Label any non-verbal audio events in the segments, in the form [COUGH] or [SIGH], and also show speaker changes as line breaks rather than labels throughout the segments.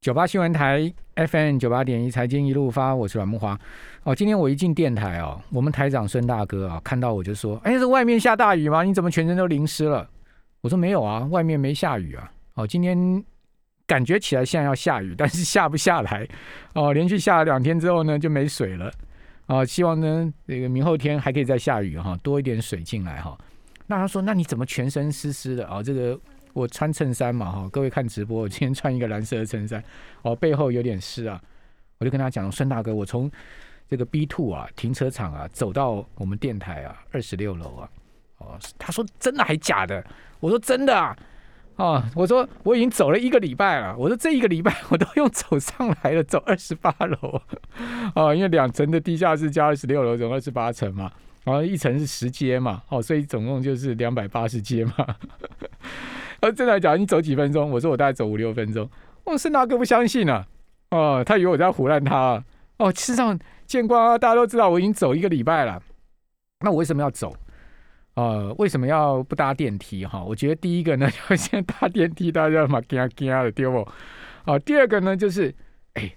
九八新闻台 FM 九八点一财经一路发，我是阮木华。哦，今天我一进电台哦，我们台长孙大哥啊，看到我就说：“哎，这外面下大雨吗？你怎么全身都淋湿了？”我说：“没有啊，外面没下雨啊。哦，今天感觉起来像要下雨，但是下不下来。哦，连续下了两天之后呢，就没水了。哦，希望呢这个明后天还可以再下雨哈、多一点水进来哈、那他说：“那你怎么全身湿湿的？”哦，这个我穿衬衫嘛哈、各位看直播，我今天穿一个蓝色的衬衫，哦，背后有点湿啊。我就跟他讲，孙大哥，我从这个 B two 啊停车场啊走到我们电台啊二十六楼啊，哦，他说真的还假的？我说真的啊，哦，我说我已经走了一个礼拜了，我说这一个礼拜我都用走上来了，走二十八楼，哦，因为两层的地下室加二十六楼，总二十八层嘛。然后一层是十阶嘛，哦，所以总共就是两百八十阶嘛。 [LAUGHS] 呃，真的假的？你走几分钟？我说我大概走五六分钟。哦，盛大哥不相信啊，哦，他以为我在胡乱他、啊。哦，事实上见光啊，大家都知道我已经走一个礼拜了。那我为什么要走？呃，为什么要不搭电梯？哈、我觉得第一个呢，就先搭电梯，大家嘛惊惊的，对不？哦，第二个呢，就是哎，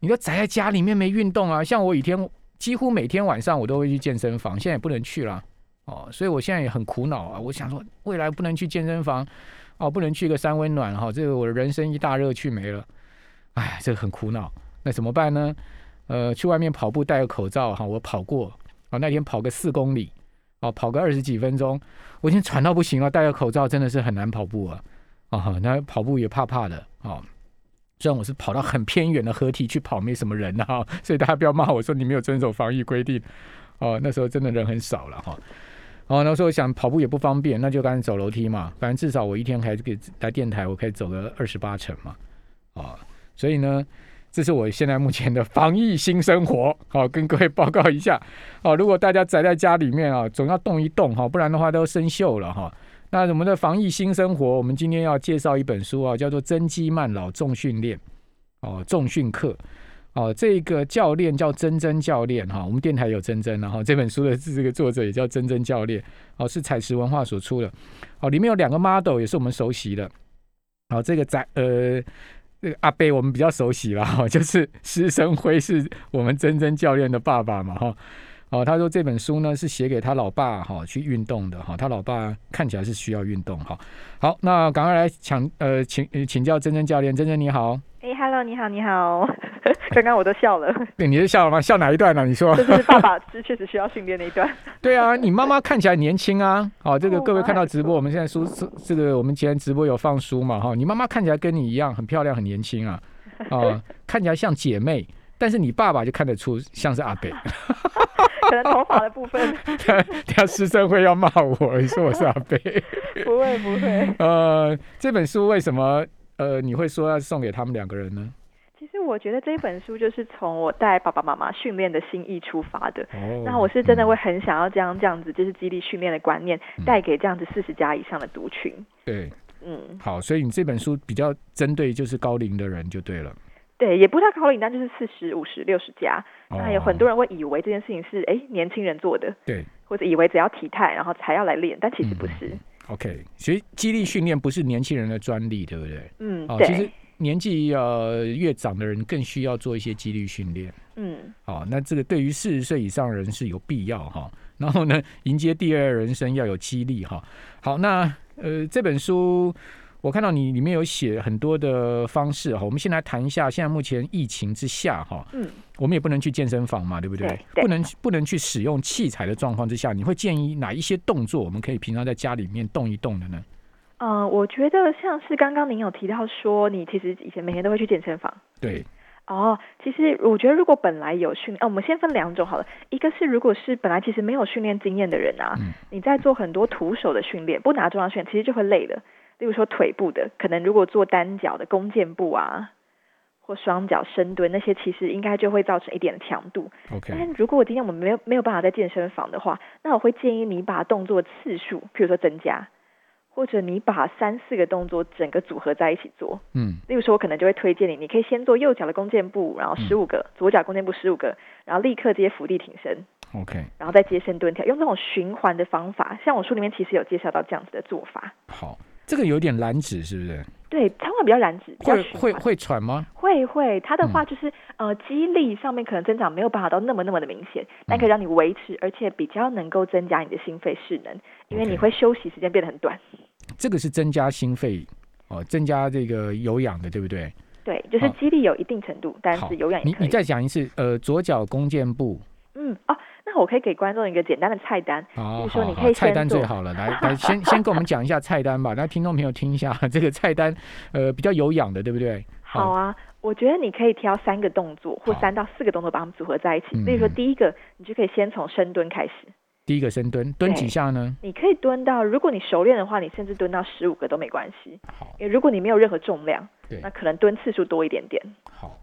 你都宅在家里面没运动啊，像我以前几乎每天晚上我都会去健身房，现在也不能去了哦，所以我现在也很苦恼啊。我想说，未来不能去健身房，哦，不能去个三温暖哈、这个我的人生一大乐趣没了。哎，这个很苦恼，那怎么办呢？呃，去外面跑步戴个口罩哈、我跑过，哦，那天跑个四公里，哦，跑个二十几分钟，我已经喘到不行了，戴个口罩真的是很难跑步啊，哦，那跑步也怕怕的哦。虽然我是跑到很偏远的河堤去跑，没什么人啊，所以大家不要骂我说你没有遵守防疫规定哦。那时候真的人很少了哈。哦，那时候想跑步也不方便，那就干脆走楼梯嘛。反正至少我一天还可以来电台，我可以走个二十八层嘛。哦，所以呢，这是我现在目前的防疫新生活。好、跟各位报告一下。哦，如果大家宅在家里面啊，总要动一动哈、不然的话都生锈了哈、啊那我们的防疫新生活，我们今天要介绍一本书啊，叫做《真基慢老重训练》哦，重训课哦，这个教练叫真真教练哈、我们电台有真真然后这本书的这个作者也叫真真教练哦，是采石文化所出的哦，里面有两个 model 也是我们熟悉的，哦，这个在呃。这个阿贝我们比较熟悉了哈、就是施生辉是我们真真教练的爸爸嘛哈、哦，他说这本书呢是写给他老爸哈、去运动的哈、他老爸看起来是需要运动哈、好，那赶快来抢呃请呃请教真真教练，真真你好，
哎、h e l l o 你好，你好， [LAUGHS] 刚刚我都
[LAUGHS]
笑了，
对哎你是笑了吗？笑哪一段呢、啊你说
就是爸爸是 [LAUGHS] 确实需要训练的
[LAUGHS]
一段，
对啊，你妈妈看起来年轻啊。好、这个
哦
各位看到
妈
直播，我们现在书这这个我们今天直播有放书嘛哈、你妈妈看起来跟你一样很漂亮，很年轻啊，啊、
[LAUGHS]
看起来像姐妹，但是你爸爸就看得出像是阿北。
可能头发的部分
[LAUGHS] 等下师生会要骂我，你说我是阿
[LAUGHS]
北。
不会不会。
呃，这本书为什么呃你会说要送给他们两个人呢？
其实我觉得这本书就是从我带爸爸妈妈训练的心意出发的。
哦
那我是真的会很想要将这样子，就是激励训练的观念
嗯
带给这样子四十加以上的族群。
对，
嗯，
好，所以你这本书比较针对就是高龄的人就对了。
对，也不太高龄，但就是四十五十六十加。
哦
那有很多
人
人会以为这件事情是哎年轻人做的，
对
或者以为只要体态然后才要来练，但其实不是。
，OK，所以激励训练不是年轻人的专利，对不对？
[LAUGHS] 嗯，
哦，其
对
实，年纪呃越长的人更需要做一些激励训练。
嗯。
哦，那这个对于四十岁以上人是有必要哈、然后呢，迎接第二人生要有激励哈、好，那呃，这本书我看到你里面有写很多的方式哈、我们先来谈一下，现在目前疫情之下哈、
嗯，
我们也不能去健身房嘛，对不对？
对对
不能不能去使用器材的状况之下，你会建议哪一些动作我们可以平常在家里面动一动的呢？
嗯，我觉得像是刚刚您有提到说，你其实以前每天都会去健身房。
对，
哦，其实我觉得如果本来有训，哦，我们先分两种好了。一个是如果是本来其实没有训练经验的人啊，
嗯
你在做很多徒手的训练，不拿重量训练，其实就会累的。例如说腿部的，可能如果做单脚的弓箭步啊，或双脚深蹲那些，其实应该就会造成一点的强度。
，OK，
但如果我今天我们没有没有办法在健身房的话，那我会建议你把动作次数，譬如说增加，或者你把三四个动作整个组合在一起做。
嗯，
例如说，我可能就会推荐你，你可以先做右脚的弓箭步，然后
嗯
十五个，左脚弓箭步十五个，然后立刻接伏地挺身，
OK，
然后再接深蹲跳，用这种循环的方法。像我书里面其实有介绍到这样子的做法。
好，这个有点燃脂是不是？
对，他会比较燃脂，比较
会
循
会
环
会喘吗？
会会，它的
嗯
话就是、呃，肌力上面可能增长没有办法到那么那么的明显，
嗯
但可以让你维持，而且比较能够增加你的心肺势能，因为
OK
你会休息时间变得很短。
这个是增加心肺哦，增加这个有氧的，对不对？
对，就是
好
肌力有一定程度，但
好
是有氧也
你
可
你
以。
再讲一次，呃，左脚弓箭步。
嗯哦，那我可以给观众一个简单的菜单，
哦，
如说
好
你
好
可以
菜
先
单最
做
好了，来来，先先跟我们讲一下菜单吧， [LAUGHS] 那听众朋友听一下这个菜单，呃，比较有氧的，对不对？
好啊，我觉得你可以挑三个动作或
好
三到四个动作把它们组合在一起。
嗯
例如说，
嗯
第一个你就可以先从深蹲开始，
第一个深蹲，蹲几
对
下呢？
你可以蹲到，如果你熟练的话，你甚至蹲到十五个都没关系。
好，
因为如果你没有任何重量，
对
那，可能蹲次数多一点点。
好，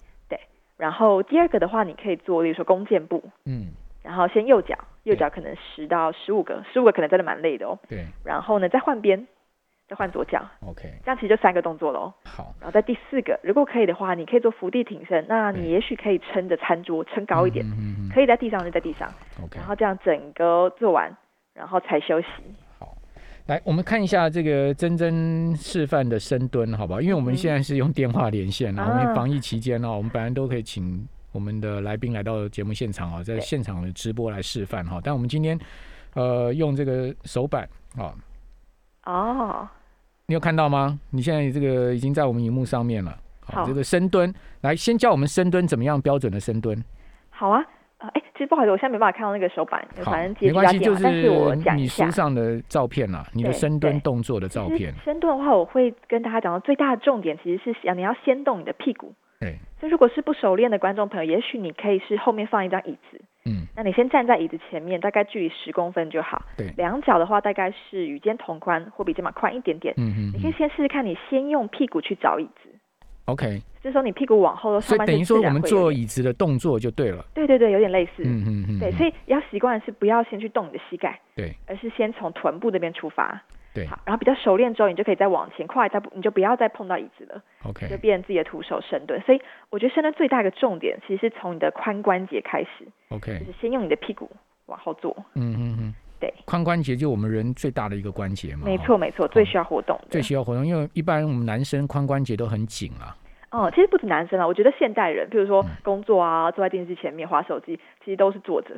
然后第二个的话，你可以做，例如说弓箭步，
嗯，
然后先右脚，右脚可能十到十五个，十五个可能真的蛮累的哦。
对
然后呢，再换边，再换左脚，
，OK，
这样其实就三个动作喽。
好，
然后在第四个，如果可以的话，你可以做伏地挺身，那你
对
也许可以撑着餐桌撑高一点，
嗯嗯嗯
可以在地上就在地上，
嗯，OK，
然后这样整个做完，然后才休息。
来，我们看一下这个珍珍示范的深蹲，好不好？因为我们
嗯
现在是用电话连线啊，
啊
我们防疫期间哦，我们本来都可以请我们的来宾来到节目现场啊，在
对
现场的直播来示范哈，但我们今天呃用这个手板啊，
哦，
你有看到吗？你现在这个已经在我们荧幕上面了。好，
好
这个深蹲，来先教我们深蹲怎么样标准的深蹲。
好啊，呃，哎，其实不好意思，我现在没办法看到那个手板，
好
反正，截
没
止到
关系，就
点了，啊但是我讲
你
一下
书。上的照片啦，你的
对
深蹲
对嗯
动作的照
其实
片。
深蹲的话，我会跟大家讲到最大的重点其实是想你要先动你的屁股。
对。
所以如果是不熟练的观众朋友，也许你可以是后面放一张椅子，
嗯，
那你先站在椅子前面，大概距离十公分就好。
对
两脚的话，大概是与肩同宽或比肩膀宽一点点。
嗯嗯
你可以
嗯
先试试看，你先用屁股去找椅子，
，OK。
这时候你屁股往后，
所以
上半
等
身
于说
自
我
然
们
会有
做
点
椅子的动作就对了。
对对对，有点类似。
嗯嗯嗯，
对，
嗯
所以要习惯的是不要先去动你的膝盖，
对，
而是先从臀部这边出发。
对
好，然后比较熟练之后，你就可以再往前跨一大步，你就不要再碰到椅子了，就
OK
变成自己的徒手深蹲。所以我觉得深蹲最大的重点其实是从你的髋关节开始，就
OK，
是先用你的屁股往后坐。
嗯嗯嗯，
对，
髋关节就我们人最大的一个关节嘛。
没
哈，
错没错，最需要活动的
最。需要活动，因为一般我们男生髋关节都很紧啊。
哦、其实不止男生啦，我觉得现代人，譬如说
嗯
工作啊，坐在电视前面划手机，其实都是坐着。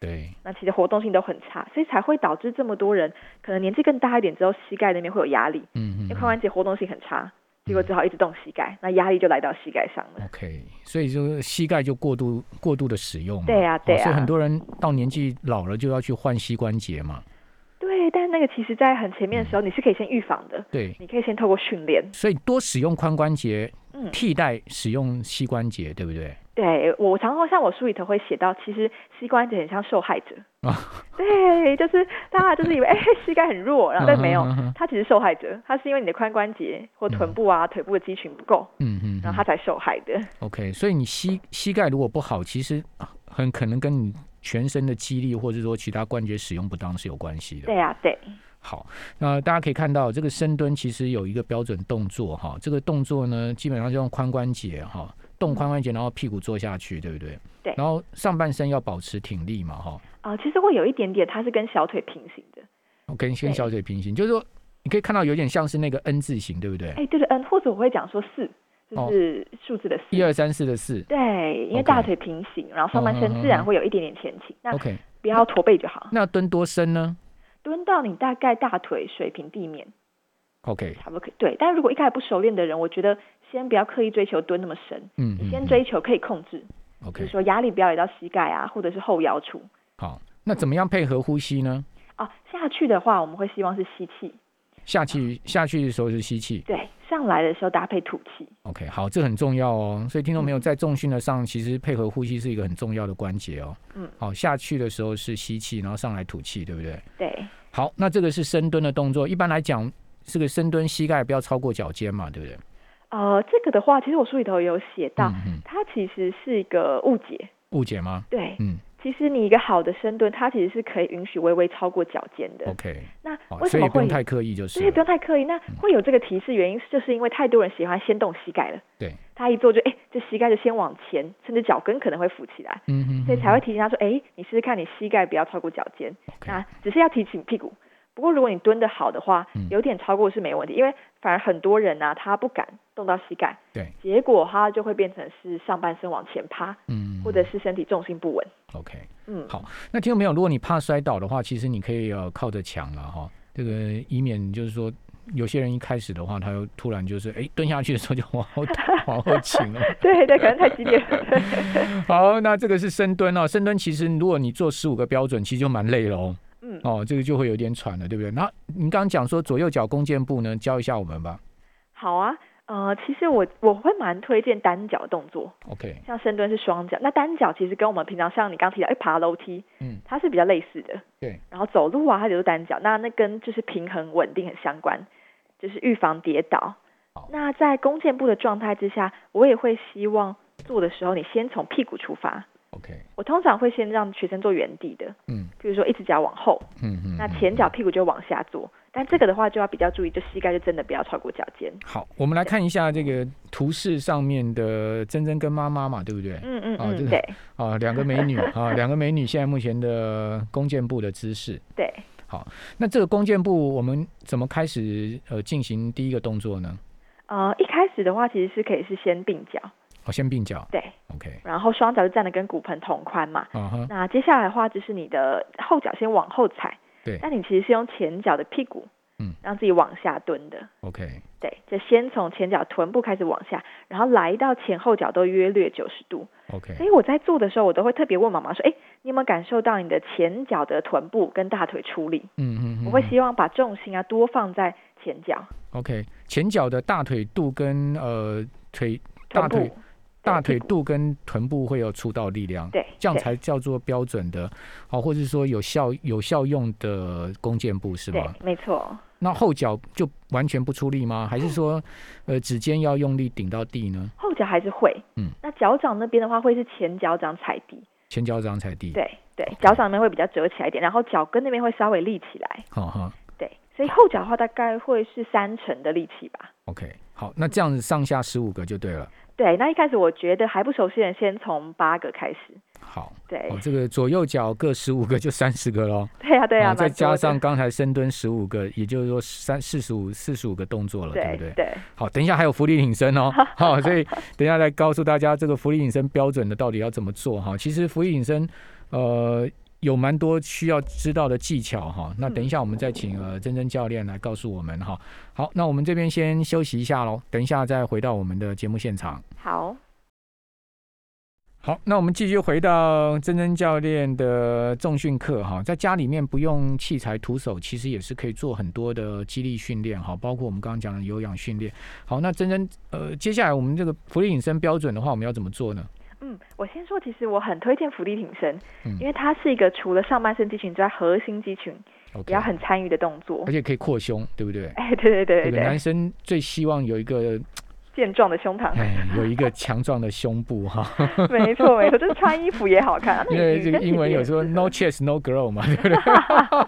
对，
那其实活动性都很差，所以才会导致这么多人可能年纪更大一点之后，膝盖那边会有压力。
嗯嗯
因为
嗯。
髋
嗯
关节活动性很差，结果只好一直动膝盖，那压力就来到膝盖上了。
OK，所以就是膝盖就过度过度的使用嘛。
对啊
哦
对
所以
啊
很多人到年纪老了就要去换膝关节嘛。
对，但那个其实在很前面的时候，你是可以先预防的，
对，
你可以先透过训练。
所以多使用髋关节
嗯
替代使用膝关节，对不对？
对我常常像我书里头会写到，其实膝关节很像受害者。
啊
对，就是大家就是以为哎、膝盖很弱，然后但没有
嗯，哼
他其实受害者，他是因为你的髋关节或臀部啊、腿部的肌群不够，
嗯嗯
然
嗯
后他才受害的。
，OK，所以你膝膝盖如果不好，其实啊很可能跟你全身的肌力或者说其他关节使用不当是有关系的。
对啊，对，
好，那大家可以看到，这个深蹲其实有一个标准动作哈，这个动作呢，基本上就用髋关节哈，动髋关节，然后屁股坐下去，对不对？
对
然后上半身要保持挺立嘛哈，
啊、其实会有一点点，它是跟小腿平行的。
跟跟
对
小腿平行，就是说你可以看到有点像是那个 N 字形，对不对？
哎，对对，嗯，或者我会讲说四，就是
哦
数字的四。
一二三四的四
对，因
OK
为大腿平行，然后上半
嗯嗯嗯
身
嗯
自然会有一点点前倾，那
，OK，
不要驼背就好。
那蹲多深呢
蹲到你大概大腿水平地面，
？OK，
差不多可以。对，但如果一开始不熟练的人，我觉得先不要刻意追求蹲那么深，
嗯，
你
嗯
先
嗯
追求可以控制，比如
，OK，
说压力不要来到膝盖啊，或者是后腰处。
好，那怎么样配合呼吸呢？
啊，下去的话，我们会希望是吸气，
下
嗯
去下去的时候是吸气，
对，上来的时候搭配吐气。
OK，好，这很重要哦。所以听众朋
嗯
友在重训的上，其实配合呼吸是一个很重要的关节哦。
嗯，
好，下去的时候是吸气，然后上来吐气，对不对？
对，
好，那这个是深蹲的动作。一般来讲，这个深蹲膝盖不要超过脚尖嘛，对不对？
呃，这个的话，其实我书里头有写到，
嗯嗯，
它其实是一个误解。
误解吗？
对，
嗯
其实你一个好的深蹲，它其实是可以允许微微超过脚尖的。
，OK，
那
好，
为
哦
什
所以
么
不
会
用？太刻意就是
对，不
了。嗯
用太刻意。那会有这个提示，原因就是因为太多人喜欢先动膝盖了。
对，
他一做就哎，这膝盖就先往前，甚至脚跟可能会浮起来，
嗯嗯，
所以才会提醒他说，哎，你试试看，你膝盖不要超过脚尖。
OK
那只是要提醒屁股，不过如果你蹲得好的话
嗯，
有点超过是没问题，因为反而很多人呢、他不敢动到膝盖，
对，
结果他就会变成是上半身往前趴，
嗯，
或者是身体重心不稳。
OK。
嗯，
好那听众朋友，如果你怕摔倒的话，其实你可以呃靠着墙了哈，这个以免就是说有些人一开始的话，他又突然就是哎蹲下去的时候就往后 [LAUGHS] 往后倾了。
[LAUGHS] 对对，可能太激
[LAUGHS]
烈了。
好，那这个是深蹲哦，深蹲其实如果你做十五个标准，其实就蛮累了哦。
嗯
哦，这个就会有点喘了，对不对？那您刚刚讲说左右脚弓箭步呢，教一下我们吧。
好啊，呃，其实我我会蛮推荐单脚动作，
OK，
像深蹲是双脚，那单脚其实跟我们平常像你刚提到，哎，爬楼梯，
嗯，
它是比较类似的。
对。
然后走路啊，它也是单脚，那那跟就是平衡稳定很相关，就是预防跌倒
好。
那在弓箭步的状态之下，我也会希望做的时候，你先从屁股出发。
，OK，
我通常会先让学生做原地的，
嗯
比如说一只脚往后，
嗯嗯，
那
嗯
前脚屁股就往下坐。但这个的话就要比较注意，就膝盖就真的不要超过脚尖。
好，我们来看一下这个图示上面的珍珍跟妈妈嘛，对不对？
嗯嗯
哦这
嗯，
个
对
啊，两个
[LAUGHS]
美女啊，两个美女现在目前的弓箭步的姿势。
对。
那这个弓箭步我们怎么开始呃进行第一个动作呢？
呃，一开始的话其实是可以是先并脚，
哦，先并脚
对，
，OK，
然后双脚就站得跟骨盆同宽嘛。
啊哈，
那接下来的话就是你的后脚先往后踩，
对
但你其实是用前脚的屁股，
嗯，
让自己往下蹲的，
，OK，
对，就先从前脚臀部开始往下，然后来到前后脚都约略九十度。所
OK，
以我在做的时候，我都会特别问妈妈说，哎，你有没有感受到你的前脚的臀部跟大腿出力？
嗯嗯，
我会
嗯
希望把重心啊多放在前脚、
OK，前脚的大腿肚跟呃腿大
臀
腿
部、
大腿
屁股
肚跟臀部会有出到力量，
对，
这样
对
才叫做标准的，好、或者说有效有效用的弓箭步是
对
吗？，
没错。
那后脚就完全不出力吗？还是说，呃，指尖要用力顶到地呢？
后脚还是会，
嗯，
那脚掌那边的话会是前脚掌踩地，
前脚掌踩地，，
对对，脚掌那边会比较折起来一点，然后脚跟那边会稍微立起来，
好哈、
对，所以后脚的话大概会是三成的力气吧。
o k 好，那这样子上下十五个就对了。
对，那一开始我觉得还不熟悉的人先从八个开始，
好，
对
哦，，这个左右脚各十五个就三十个喽。
对啊对啊，
好哦再
蛮多
加
的
上刚才深蹲十五个，也就是说三四十五四十五个动作了，对
对
不对？
对，
好，等一下还有浮力挺身哦，好，所以等一下来告诉大家这个浮力挺身标准的到底要怎么做哈。其实浮力挺身，呃。有蛮多需要知道的技巧哈，那等一下我们再请呃珍珍教练来告诉我们哈。好，那我们这边先休息一下喽，等一下再回到我们的节目现场。
好，
好，那我们继续回到珍珍教练的重训课哈，在家里面不用器材徒手，其实也是可以做很多的肌力训练哈，包括我们刚刚讲的有氧训练。好，那珍珍，呃，接下来我们这个浮力引身标准的话，我们要怎么做呢？
嗯，我先说，其实我很推荐浮力挺身，
嗯
因为它是一个除了上半身肌群之外，核心肌群
OK，哎
也要很参与的动作
而。且可以扩胸，对不对？
[LAUGHS] 哎，对对对
这
对
个男
对，
生最希望有一个，
健壮的
[LAUGHS]
胸膛。
哎，有一个强壮的胸部哈，
[LAUGHS] 没错没错，就是穿衣服也好
[LAUGHS]
看。啊
因为这个英文有
时
说 no chest no grow 嘛，对不对？
候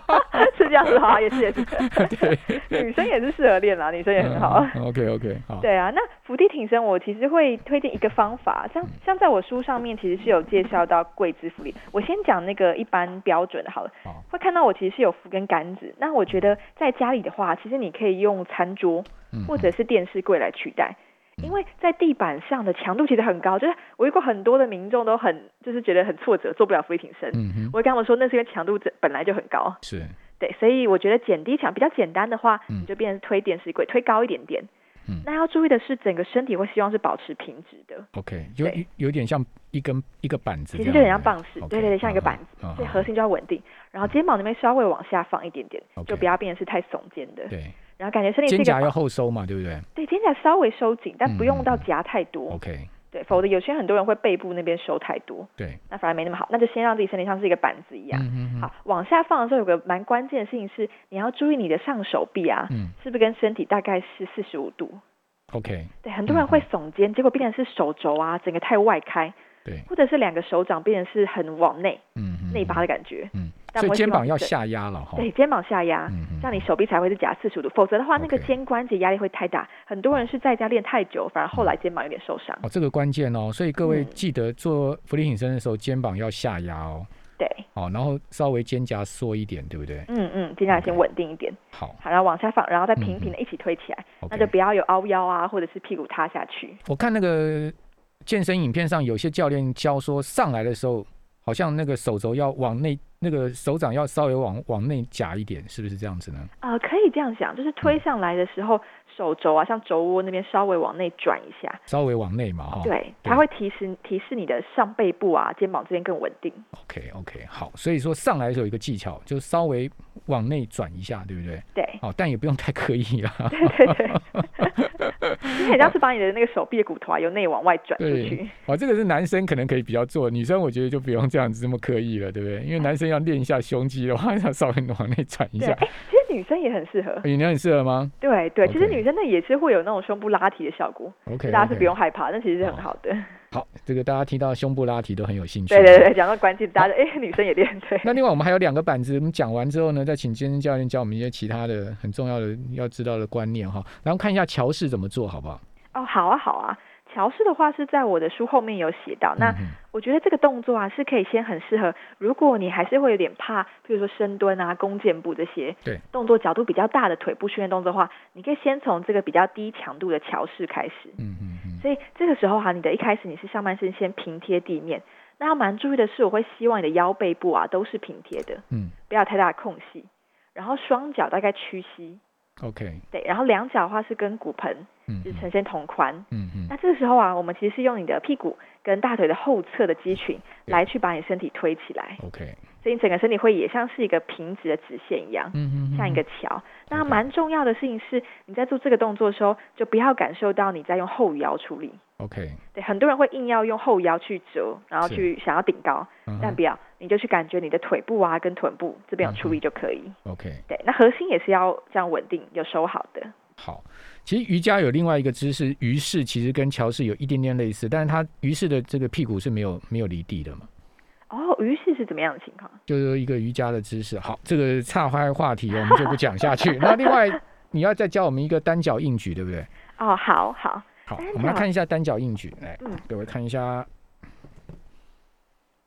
是这 [LAUGHS] 样子啊哈，也是
[LAUGHS]
也是， [LAUGHS] 女生也是适合练啦，女生也很好。
OK OK，好，嗯
对啊，那伏地挺身我其实会推荐一个方法，
嗯
像像在我书上面其实是有介绍到跪姿伏地，我先讲那个一般标准的好了
好。
会看到我其实是有扶跟杆子，那我觉得在家里的话，其实你可以用餐桌
嗯
或者是电视柜来取代。因为在地板上的强度其实很高，就是我遇过很多的民众都很就是觉得很挫折，做不了俯卧撑。
嗯哼，
我会跟他们说，那是因为强度本来就很高，
是，
对，所以我觉得减低强比较简单的话，
嗯
你就变成推电视柜，推高一点点。
嗯
那要注意的是，整个身体会希望是保持平直的，
OK，有
对
有有点像一根一个板子
其
这样，
实就很像棒式，
OK，
对对对，像一个板子，
嗯哼，
所以
嗯
核
哼
心就要稳定，然后肩膀那边稍微往下放一点点
OK
就不要变成是太耸肩的，
对，
然后感觉身体是
肩
一
胛要
个嗯
后收嘛，对不对
对肩胛稍微收紧，但
嗯
不
嗯
用到
嗯
夹太多，
？OK，
对，否则有些很多人会背部那边收太多，
对，
那反而没那么好，那就先让自己身体像是一个板子一样。
嗯嗯嗯
好，往下放的时候有个蛮关键的事情是，你要注意你的上手臂啊，
嗯
是不是跟身体大概是四十五度？
，OK，
对，很
嗯
多人会耸肩，结果变成是手肘啊，整个太外开，
对，
或者是两个手掌变成是很往内
嗯嗯，
内
嗯
八，的感觉。
嗯，
但
所以
我希
肩
望
膀要
对
下压了哈，
对，肩膀下压，
嗯嗯
这样你
嗯
手臂才会是夹四十度，否则的话，那个
OK
肩关节压力会太大。很多人是在家练太久，反而后来肩膀有点受
嗯
伤。
哦，这个关键哦，所以各位
嗯
记得做俯卧撑的时候，肩膀要下压哦。
对，
好，然后稍微肩胛缩一点，对不对？
嗯嗯，尽量先稳定一点，
好
好，然后往下放，然后再平平的一起推起来，那就
嗯，OK。
不要有凹腰啊，或者是屁股塌下去。
我看那个健身影片上，有些教练教说，上来的时候好像那个手肘要往内，那个手掌要稍微往往内夹一点，是不是这样子呢？
啊、可以这样想，就是
嗯
推上来的时候，手肘啊，像肘窝那边稍微往内转一下，
稍微往内嘛，哈。
对，它会提示提示你的上背部啊、肩膀这边更稳定。
OK OK，好，所以说上来的时候有一个技巧，就稍微往内转一下，对不对？ [LAUGHS]
对，
好，但也不用太刻意啊。
对对对，你很像是把你的那个手臂的骨头啊由内往外转出
对
去。，
好，这个是男生可能可以比较做，女生我觉得就不用这样子这么刻意了，对不对？因为男生要练一下胸肌的话，要稍微往内转一
对，
下。
哎、其实女生也很适合。
哎，你很适合吗
对对，其实
OK
女生呢也是会有那种胸部拉提的效果，
？OK，
大家是不
OK 哦
用害怕，那其实是很好的。
好，这个大家听到胸部拉提都很有兴趣。
对对对，讲到关键，大家哎、女生也练对。
那另外我们还有两个板子，我们讲完之后呢，再请健身教练教我们一些其他的很重要的要知道的观念哈，然后看一下桥式怎么做好不好？
哦，好啊好啊。乔氏的话是在我的书后面有写到，那
嗯哼
我觉得这个动作啊是可以先很适合，如果你还是会有点怕，比如说深蹲啊、弓箭步这些
对
动作角度比较大的腿部训练动作的话，你可以先从这个比较低强度的桥式开始。
嗯嗯嗯，
所以这个时候哈、你的一开始你是上半身先平贴地面，那要蛮注意的是，我会希望你的腰背部啊都是平贴的，
嗯，
不要有太大的空隙，然后双脚大概屈膝，
OK，
对，然后两脚的话是跟骨盆
嗯
就是呈现同宽。
嗯嗯
那这个时候啊，我们其实是用你的屁股跟大腿的后侧的肌群来去把你身体推起来，
，OK，
所以你整个身体会也像是一个平直的直线一样。
嗯嗯，
像一个
嗯
桥。那
OK
蛮重要的事情是，你在做这个动作的时候，就不要感受到你在用后腰处理。
OK，
对，很多人会硬要用后腰去折，然后
是
去想要顶高，
嗯
但
哼嗯
不要，你就去感觉你的腿部啊跟臀部这边有处理就可以。
OK，
对，那核心也是要这样稳定，有收好的。
好。其实瑜伽有另外一个姿势，鱼式其实跟桥式有一点点类似，但是它鱼式的这个屁股是没有没有离地的嘛，
哦，于是是怎么样的情况？
就是一个瑜伽的姿势。好，这个岔开话题，我们就不讲下
[LAUGHS]
去。那另外你要再教我们一个单脚硬举，对不对？
哦，好好，
好
单，
我们来
脚
看一下单脚硬举，来
嗯，
各位看一下。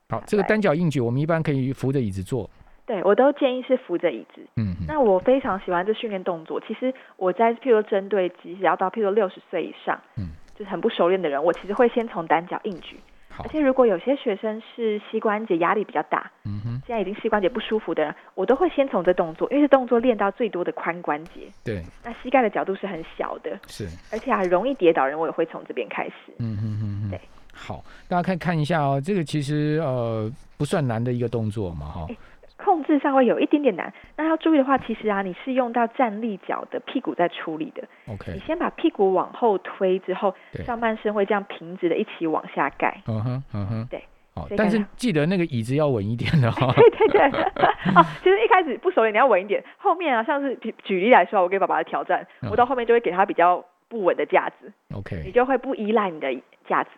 好，这个
来
单脚硬举，我们一般可以扶着椅子做。
对我都建议是扶着椅子。
嗯，嗯
那我非常喜欢这训练动作。其实我在譬如说针对即使要到譬如说六十岁以上，
嗯，
就是很不熟练的人，我其实会先从单脚硬举。
好
而且如果有些学生是膝关节压力比较大，
嗯哼，
现在已经膝关节不舒服的人，我都会先从这动作，因为这动作练到最多的髋关节，
对，
那膝盖的角度是很小的，
是。
而且很容易跌倒的人，我也会从这边开始。
嗯哼哼哼，
对。
好，大家看看一下哦，这个其实呃不算难的一个动作嘛，哈、
控制上会有一点点难，那要注意的话，其实啊，你是用到站立脚的屁股在处理的，你
OK，
先把屁股往后推之后
对，
上半身会这样平直的一起往下盖。 [LAUGHS]
嗯哼，嗯哼，
对。
好
所，以
但
看
是
看
记得那个椅子要稳一点的
[LAUGHS]
哈、
对对对，哦，其实一开始不熟练，你要稳一点。后面啊，像是举举例来说，我给爸爸的挑战，
嗯
我到后面就会给他比较不稳的架子，你
OK，
就会不依赖你的架子，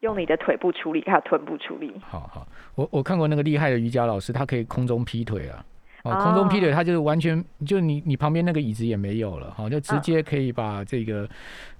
用你的腿部处理，还有臀部
[LAUGHS]
处理。
好好，我我看过那个厉害的瑜伽老师，他可以空中劈腿啊。哦，空中劈
哦
腿，他就是完全就你你旁边那个椅子也没有了，哈、哦就直接可以把这个，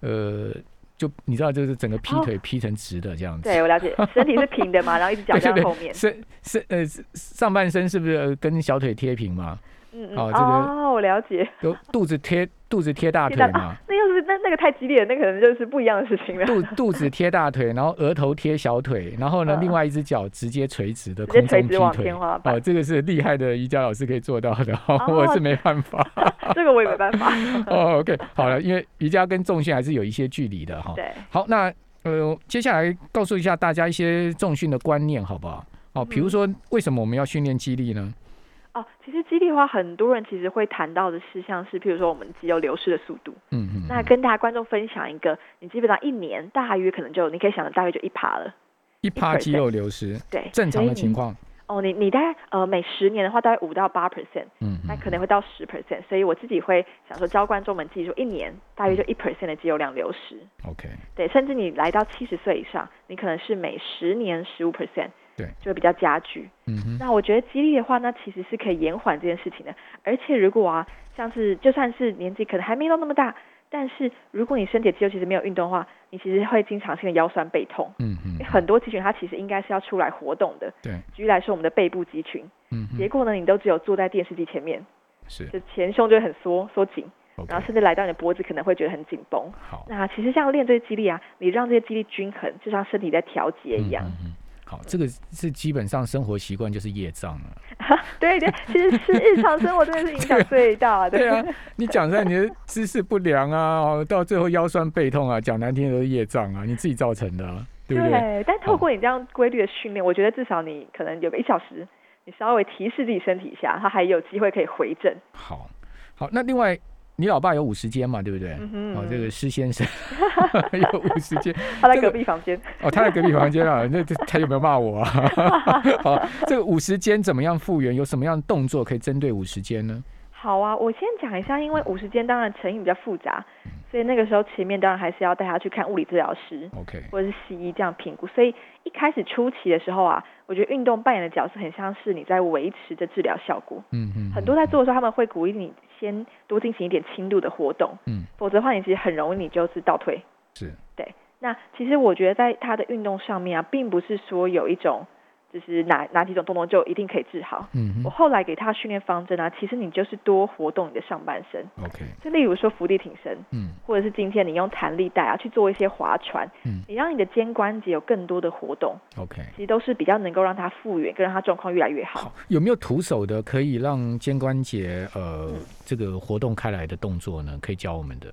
呃，就你知道，就是整个劈
哦
腿劈成直的这样 [LAUGHS] 子。
对，我了解，身体是平的嘛，然后一只脚
对
这
对 [LAUGHS]
样
对
后面，
身身呃上半身是不是呃跟小腿贴平嘛？
嗯嗯，
哦这个
哦，我了解。
就肚子贴肚子贴大
现
腿
在
嘛
啊，，那要是那那个太激烈了，那可能就是不一样的事
[LAUGHS]
[LAUGHS] 情了。
肚肚子贴大腿，然后额头贴小腿，然后呢，
嗯
另外一只脚直接垂直的
直接
空中
垂直
劈
往
腿。
天花板
哦，这个是厉害的瑜伽老师可以做到的，
哦
[LAUGHS] 我是没办
[LAUGHS]
法。
这个我也没办法。
哦，OK，好了，因为瑜伽跟重训还是有一些距离的哈。
对。
好，那呃，接下来告诉一下大家一些重训的观念，好不好？哦，比
嗯
如说为什么我们要训练肌力呢？
哦，其实肌力的话，很多人其实会谈到的是，像是譬如说我们肌肉流失的速度。
嗯嗯，
那
嗯
跟大家观众分享一个，你基本上一年大约可能就你可以想的大约就一趴了。
一趴肌肉流失，
对，
正常的
所以
情
你
况，
哦，你你大概呃每十年的话，大概五到八 percent，
嗯，
那
嗯
可能会到十 percent，所以我自己会想说教观众们记住，一年大约
嗯
就一 percent 的肌肉量流失。
OK，
对，甚至你来到七十岁以上，你可能是每十年十五 percent，
对，
就会比较加剧。
嗯哼，
那我觉得激励的话呢，其实是可以延缓这件事情的。而且如果啊，像是就算是年纪可能还没到那么大，但是如果你身体的肌肉其实没有运动的话，你其实会经常性的腰酸背痛。
嗯嗯
因为很多肌群它其实应该是要出来活动的。
对，
举例来说，我们的背部肌群，
嗯
结
嗯，
果呢，你都只有坐在电视机前面，
是
就前胸就会很缩缩紧，然后
，OK，
甚至来到你的脖子可能会觉得很紧绷。
好，
那其实像练这些肌力啊，你让这些肌力均衡，就像身体在调节一样。
嗯嗯嗯好，这个是基本上生活习惯就是业障啊
[LAUGHS]
了。
对对，其实是日常生活真的是影响最大的。
对啊，你讲出来你的姿势不良啊，哦到最后腰酸背痛啊，讲难听的都是业障啊，你自己造成的啊，对不对？
但透过你这样规律的训练，我觉得至少你可能有个一小时，你稍微提示自己身体一下，它还有机会可以回正。
好，好，那另外你老爸有五十间嘛，对不对？
嗯哼，
哦，这个施先生 [LAUGHS] 有五十间
他在
这个
隔壁房间。
哦，他在隔壁房间
[LAUGHS]
啊，那这他有没有骂我啊？ [LAUGHS] 好，这个五十间怎么样复原？有什么样的动作可以针对五十间呢？
好啊，我先讲一下，因为五十间当然成因比较复杂，所以那个时候前面当然还是要带他去看物理治疗师
OK，
或者是西医这样评估。所以一开始初期的时候啊，我觉得运动扮演的角色很像是你在维持着治疗效果。
嗯嗯，
很多在做的时候，他们会鼓励你先多进行一点轻度的活动，
嗯，
否则的话，你其实很容易你就是倒退。
是
那其实我觉得在他的运动上面啊，并不是说有一种就是哪哪几种动作就一定可以治好。
嗯
我
哼
后来给他训练方针啊，其实你就是多活动你的上半身，
，OK，
就例如说伏地挺身，
嗯
或者是今天你用弹力带啊去做一些划船，
嗯
你让你的肩关节有更多的活动，
，OK。
其实都是比较能够让它复原，跟让它状况越来越好。
好，哦有没有徒手的可以让肩关节呃这个活动开来的动作呢？可以教我们的？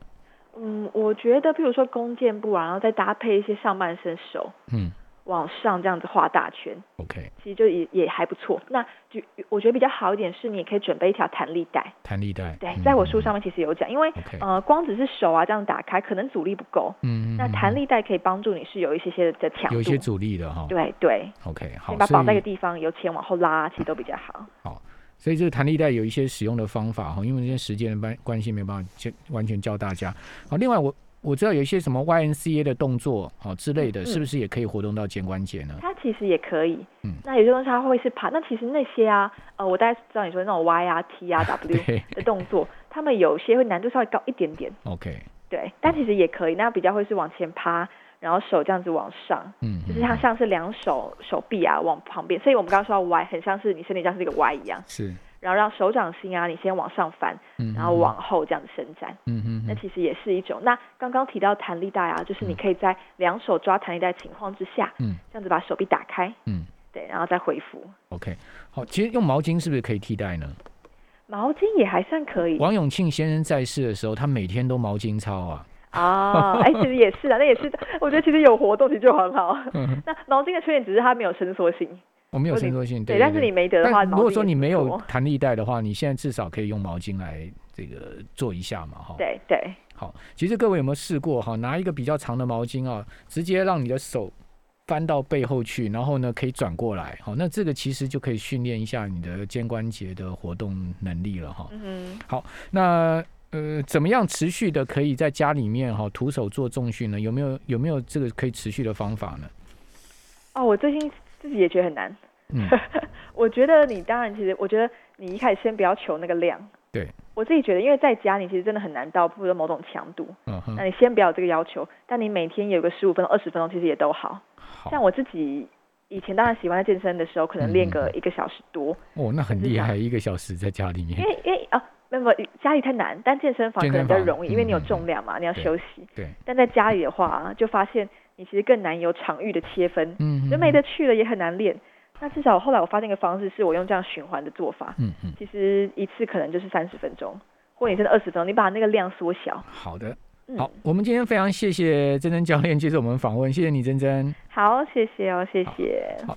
嗯，我觉得譬如说弓箭步啊，然后再搭配一些上半身手
嗯
往上这样子画大圈，
，OK，
其实就也也还不错。那就我觉得比较好一点是，你也可以准备一条弹力带。
弹力带。
对
嗯，
在我书上面其实有讲，因为
OK
呃，光只是手啊这样打开，可能阻力不够。
嗯，嗯
那
嗯
弹
嗯
力带可以帮助你是有一些些的强度，
有一些阻力的哈。
对对，
OK，好
先，把
所
绑在一个
以嗯
地方，由前往后拉，其实都比较好。
所以这个弹力带有一些使用的方法哈，因为今天时间的关关系没办法教完全教大家。好，另外我我知道有一些什么 YNCA 的动作好之类的，
嗯
是不是也可以活动到肩关节呢？
它其实也可以，
嗯
那有些东西它会是爬，那其实那些啊，呃，我大概知道你说那种 Y 啊、
[LAUGHS]
T 啊、W
对
的动作，他们有些会难度稍微高一点点，
，OK，
对，但其实也可以，那比较会是往前趴，然后手这样子往上，
嗯，
就是
嗯
它像是两手手臂啊往旁边，所以我们刚刚说到 Y，很像是你身体像是一个 Y 一样，
是，
然后让手掌心啊你先往上翻，
嗯
然后，往后这样子伸展，
嗯嗯
那
嗯
其实也是一种。那刚刚提到弹力带啊，就是你可以在两手抓弹力带情况之下，
嗯，
这样子把手臂打开，
嗯
对，然后再恢复。
，OK，好，其实用毛巾是不是可以替代呢？
毛巾也还算可以
王永庆先生在世的时候，他每天都毛巾操啊。
啊，
[LAUGHS]
哎、其实也是啊，那也是，我觉得其实有活动其实就很好。
嗯
那毛巾的缺点只是它没有伸缩性，
我没有
如果
伸
你
缩性，
对，但是你没得的话，
但
毛巾
如果说你
也不
没有
错，
弹力带的话，你现在至少可以用毛巾来这个做一下嘛，哈。
对对，
好，其实各位有没有试过哈？拿一个比较长的毛巾啊，直接让你的手翻到背后去，然后呢可以转过来，好，那这个其实就可以训练一下你的肩关节的活动能力了哈。
嗯
那呃，怎么样持续的可以在家里面哈徒手做重训呢？有没有有没有这个可以持续的方法呢？
哼，哦，我最近自己也觉得很难。
嗯
[LAUGHS] 我觉得你当然，其实我觉得你一开始先不要求那个量。
对，
我自己觉得，因为在家你其实真的很难到，或者某种强度，
嗯哼
那，你先不要有这个要求，但你每天有个十五分钟、二十分钟，其实也都好。
好
像我自己以前当然喜欢在健身的时候，可能练
嗯
个一个小时多，
哦，那很
是
厉
这样
害，一个小时在家里面
因。为因为啊，那么家里太难，但健身房
健
可能
身
比较
房
容易，因为你有
嗯嗯嗯
重量嘛，你要
对
休息。
对，
但在家里的话，就发现你其实更难有场域的切分，
嗯，
人没得去了也很难练。那至少后来我发现一个方式，是我用这样循环的做法，
嗯嗯，
其实一次可能就是三十分钟，或者你真的二十分钟，你把那个量缩小。
好的，
嗯
好，我们今天非常谢谢珍珍教练接受我们访问，谢谢你，珍珍。
好，谢谢哦，谢谢。
好，